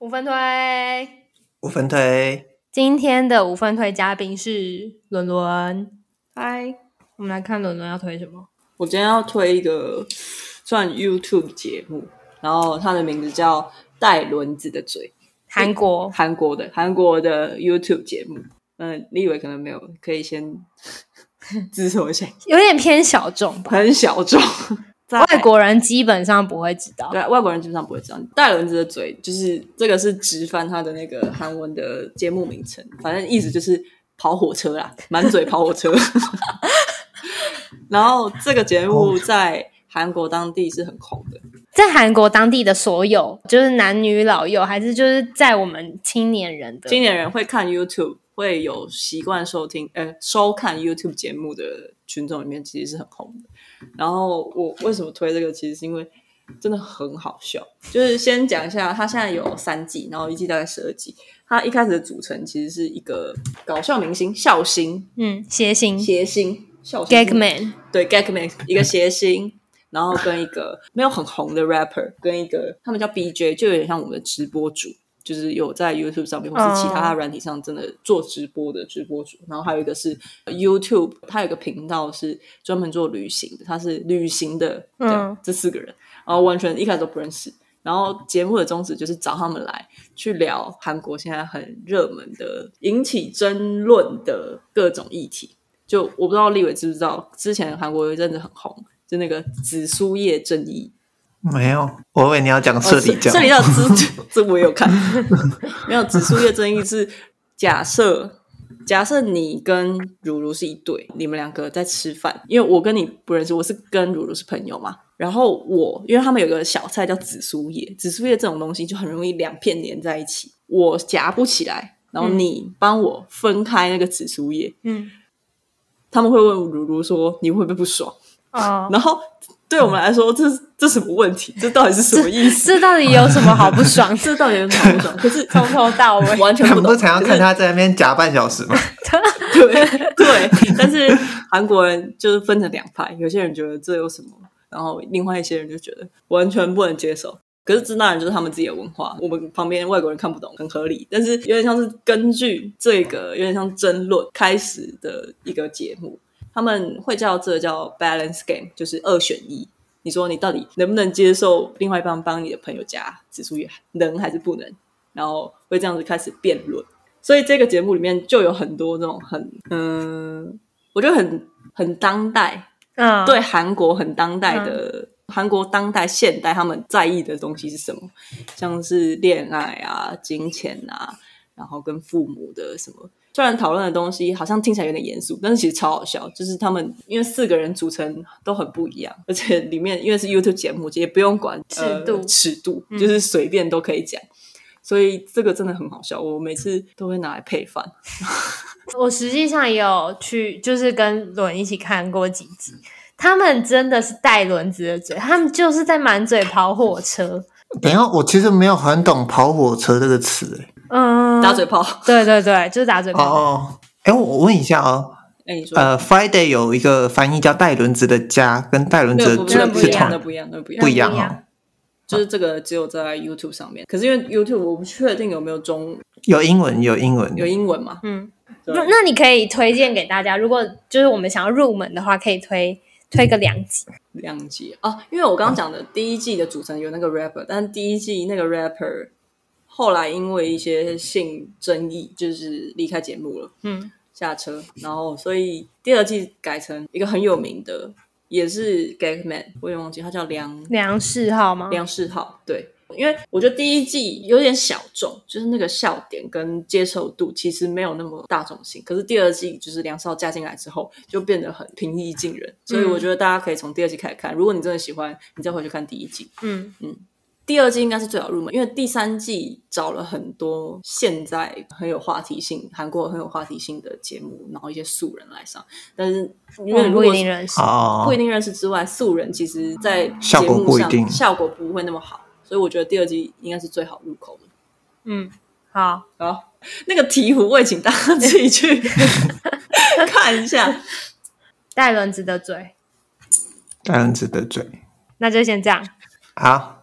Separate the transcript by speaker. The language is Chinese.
Speaker 1: 五分推。
Speaker 2: 五分推，
Speaker 1: 今天的五分推嘉宾是伦伦，
Speaker 3: 嗨，
Speaker 1: 我们来看伦伦要推什么。
Speaker 3: 我今天要推一个算 YouTube 节目，然后它的名字叫《带轮子的嘴
Speaker 1: 韩国》，
Speaker 3: 韩国的韩国的 YouTube 节目。嗯，你以为可能没有，可以先 自首一下，
Speaker 1: 有点偏小众吧，
Speaker 3: 很小众。 在
Speaker 1: 外国人基本上不会知道。
Speaker 3: 对啊外国人基本上不会知道，带轮子的嘴就是这个是直翻他的那个韩文的节目名称，反正意思就是跑火车啦，满嘴跑火车。然后这个节目在韩国当地是很红的，
Speaker 1: 在韩国当地的所有，就是男女老幼，还是就是在我们青年人的
Speaker 3: 青年人会看 YouTube，会有习惯收听呃收看 YouTube 节目的群众里面其实是很红的。然后我为什么推这个，其实是因为真的很好笑。就是先讲一下，它现在有三季，然后一季大概十二集。它一开始的组成其实是一个搞笑明星笑星、
Speaker 1: 嗯谐星
Speaker 3: 谐星、笑星
Speaker 1: gag man，
Speaker 3: 对 Gagman 一个谐星，然后跟一个没有很红的 rapper，跟一个他们叫 BJ，就有点像我们的直播主，就是有在 YouTube 上面或是其他软体上真的做直播的直播主。然后还有一个是 YouTube，它有一个频道是专门做旅行的，它是旅行的，这样、
Speaker 1: 嗯
Speaker 3: 这四个人，然后完全一开始都不认识。然后节目的宗旨就是找他们来去聊韩国现在很热门的、引起争论的各种议题。就我不知道立伟知不知道，之前韩国有一阵子很红，就那个紫苏叶正义，
Speaker 2: 没有，我以为你要 讲社里教，
Speaker 3: 哦这里叫紫，这我有看， 没有紫苏叶正义是假设。假设你跟如如是一对，你们两个在吃饭，因为我跟你不认识，我是跟如如是朋友嘛。然后我，因为他们有个小菜叫紫苏叶，紫苏叶这种东西就很容易两片连在一起，我夹不起来，然后
Speaker 1: 嗯
Speaker 3: 你帮我分开那个紫苏叶，
Speaker 1: 嗯
Speaker 3: 他们会问如如说你会不会不爽？
Speaker 1: 哦，
Speaker 3: 然后对我们来说，这是这什么问题？这到底是什么意思？
Speaker 1: 这到底有什么好不 爽？
Speaker 3: 这到底有什么不爽？可是
Speaker 1: 从头到尾，
Speaker 3: 完全
Speaker 2: 你
Speaker 3: 不
Speaker 2: 不
Speaker 3: 懂，
Speaker 2: 才要看他在那边夹半小时吗？
Speaker 3: 可是对对。但是韩国人就是分成两派，有些人觉得这有什么，然后另外一些人就觉得完全不能接受。可是这当然就是他们自己的文化，我们旁边外国人看不懂，很合理。但是有点像是根据这个，有点像争论开始的一个节目，他们会叫这个叫 balance game，就是二选一。你说你到底能不能接受另外一方帮你的朋友加指数也能还是不能？然后会这样子开始辩论。所以这个节目里面就有很多这种很嗯、我觉得很很当代，
Speaker 1: 嗯，
Speaker 3: 对韩国很当代的、韩国当代现代他们在意的东西是什么？像是恋爱啊、金钱啊，然后跟父母的什么。虽然讨论的东西好像听起来有点严肃，但是其实超好笑。就是他们因为四个人组成都很不一样，而且里面因为是 YouTube 节目，也不用管呃
Speaker 1: 尺度
Speaker 3: 尺度
Speaker 1: 嗯
Speaker 3: 就是随便都可以讲。所以这个真的很好笑，我每次都会拿来配饭。
Speaker 1: 我实际上也有去，就是跟伦一起看过几集，他们真的是带轮子的嘴，他们就是在满嘴跑火车，
Speaker 2: 等一下，我其实没有很懂“跑火车”这个词、欸，
Speaker 1: 嗯，
Speaker 3: 打嘴，炮，
Speaker 1: 对对对，就是打嘴
Speaker 2: 哦
Speaker 1: 炮，
Speaker 2: 哦，哎，我我问一下哦，
Speaker 3: 哎、你说、
Speaker 2: 呃，Friday 有一个翻译叫“带轮子的家”，跟“带轮子
Speaker 3: 那
Speaker 2: 的
Speaker 3: 不
Speaker 2: 嘴
Speaker 3: 那
Speaker 1: 不
Speaker 3: 不
Speaker 1: 一
Speaker 3: 一
Speaker 2: 是
Speaker 3: 样，那
Speaker 2: 同
Speaker 3: 不一样，那不一
Speaker 2: 不
Speaker 3: 样
Speaker 2: 一，样
Speaker 1: 不一样
Speaker 2: 哦。
Speaker 3: 就是这个只有在 YouTube 上面。可是因为 YouTube 我不确定有没有中
Speaker 2: 有英文，有英文，
Speaker 3: 有英文嘛？
Speaker 1: 嗯，
Speaker 3: 对
Speaker 1: 那那你可以推荐给大家，如果就是我们想要入门的话，可以推推个两集，
Speaker 3: 两集啊，因为我刚刚讲的第一季的组成有那个 rapper，但第一季那个 rapper 后来因为一些性争议，就是离开节目了。
Speaker 1: 嗯
Speaker 3: 下车，然后所以第二季改成一个很有名的，也是 Gag Man，我也忘记他叫梁
Speaker 1: 梁世浩吗？
Speaker 3: 梁世浩，对，因为我觉得第一季有点小众，就是那个笑点跟接受度其实没有那么大众性。可是第二季就是梁少加进来之后，就变得很平易近人，所
Speaker 1: 嗯
Speaker 3: 以我觉得大家可以从第二季开始看。如果你真的喜欢，你再回去看第一季。
Speaker 1: 嗯
Speaker 3: 第二季应该是最好入门，因为第三季找了很多现在很有话题性、韩国很有话题性的节目，然后一些素人来上。但是因
Speaker 1: 我
Speaker 3: 为
Speaker 1: 们
Speaker 3: 如
Speaker 1: 不一
Speaker 3: 果
Speaker 1: 定认识，
Speaker 2: 哦
Speaker 3: 不一，定认识之外，素人其实在
Speaker 2: 效
Speaker 3: 节
Speaker 2: 果
Speaker 3: 目
Speaker 2: 不一
Speaker 3: 上
Speaker 2: 定
Speaker 3: 效果不会那么好，所以我觉得第二季应该是最好入口的。
Speaker 1: 嗯，好，
Speaker 3: 好，那个鹈鹕我也请大家自己去 看一下。
Speaker 1: 带轮子的嘴，
Speaker 2: 带轮子的嘴。
Speaker 1: 那就先这样。
Speaker 2: 好，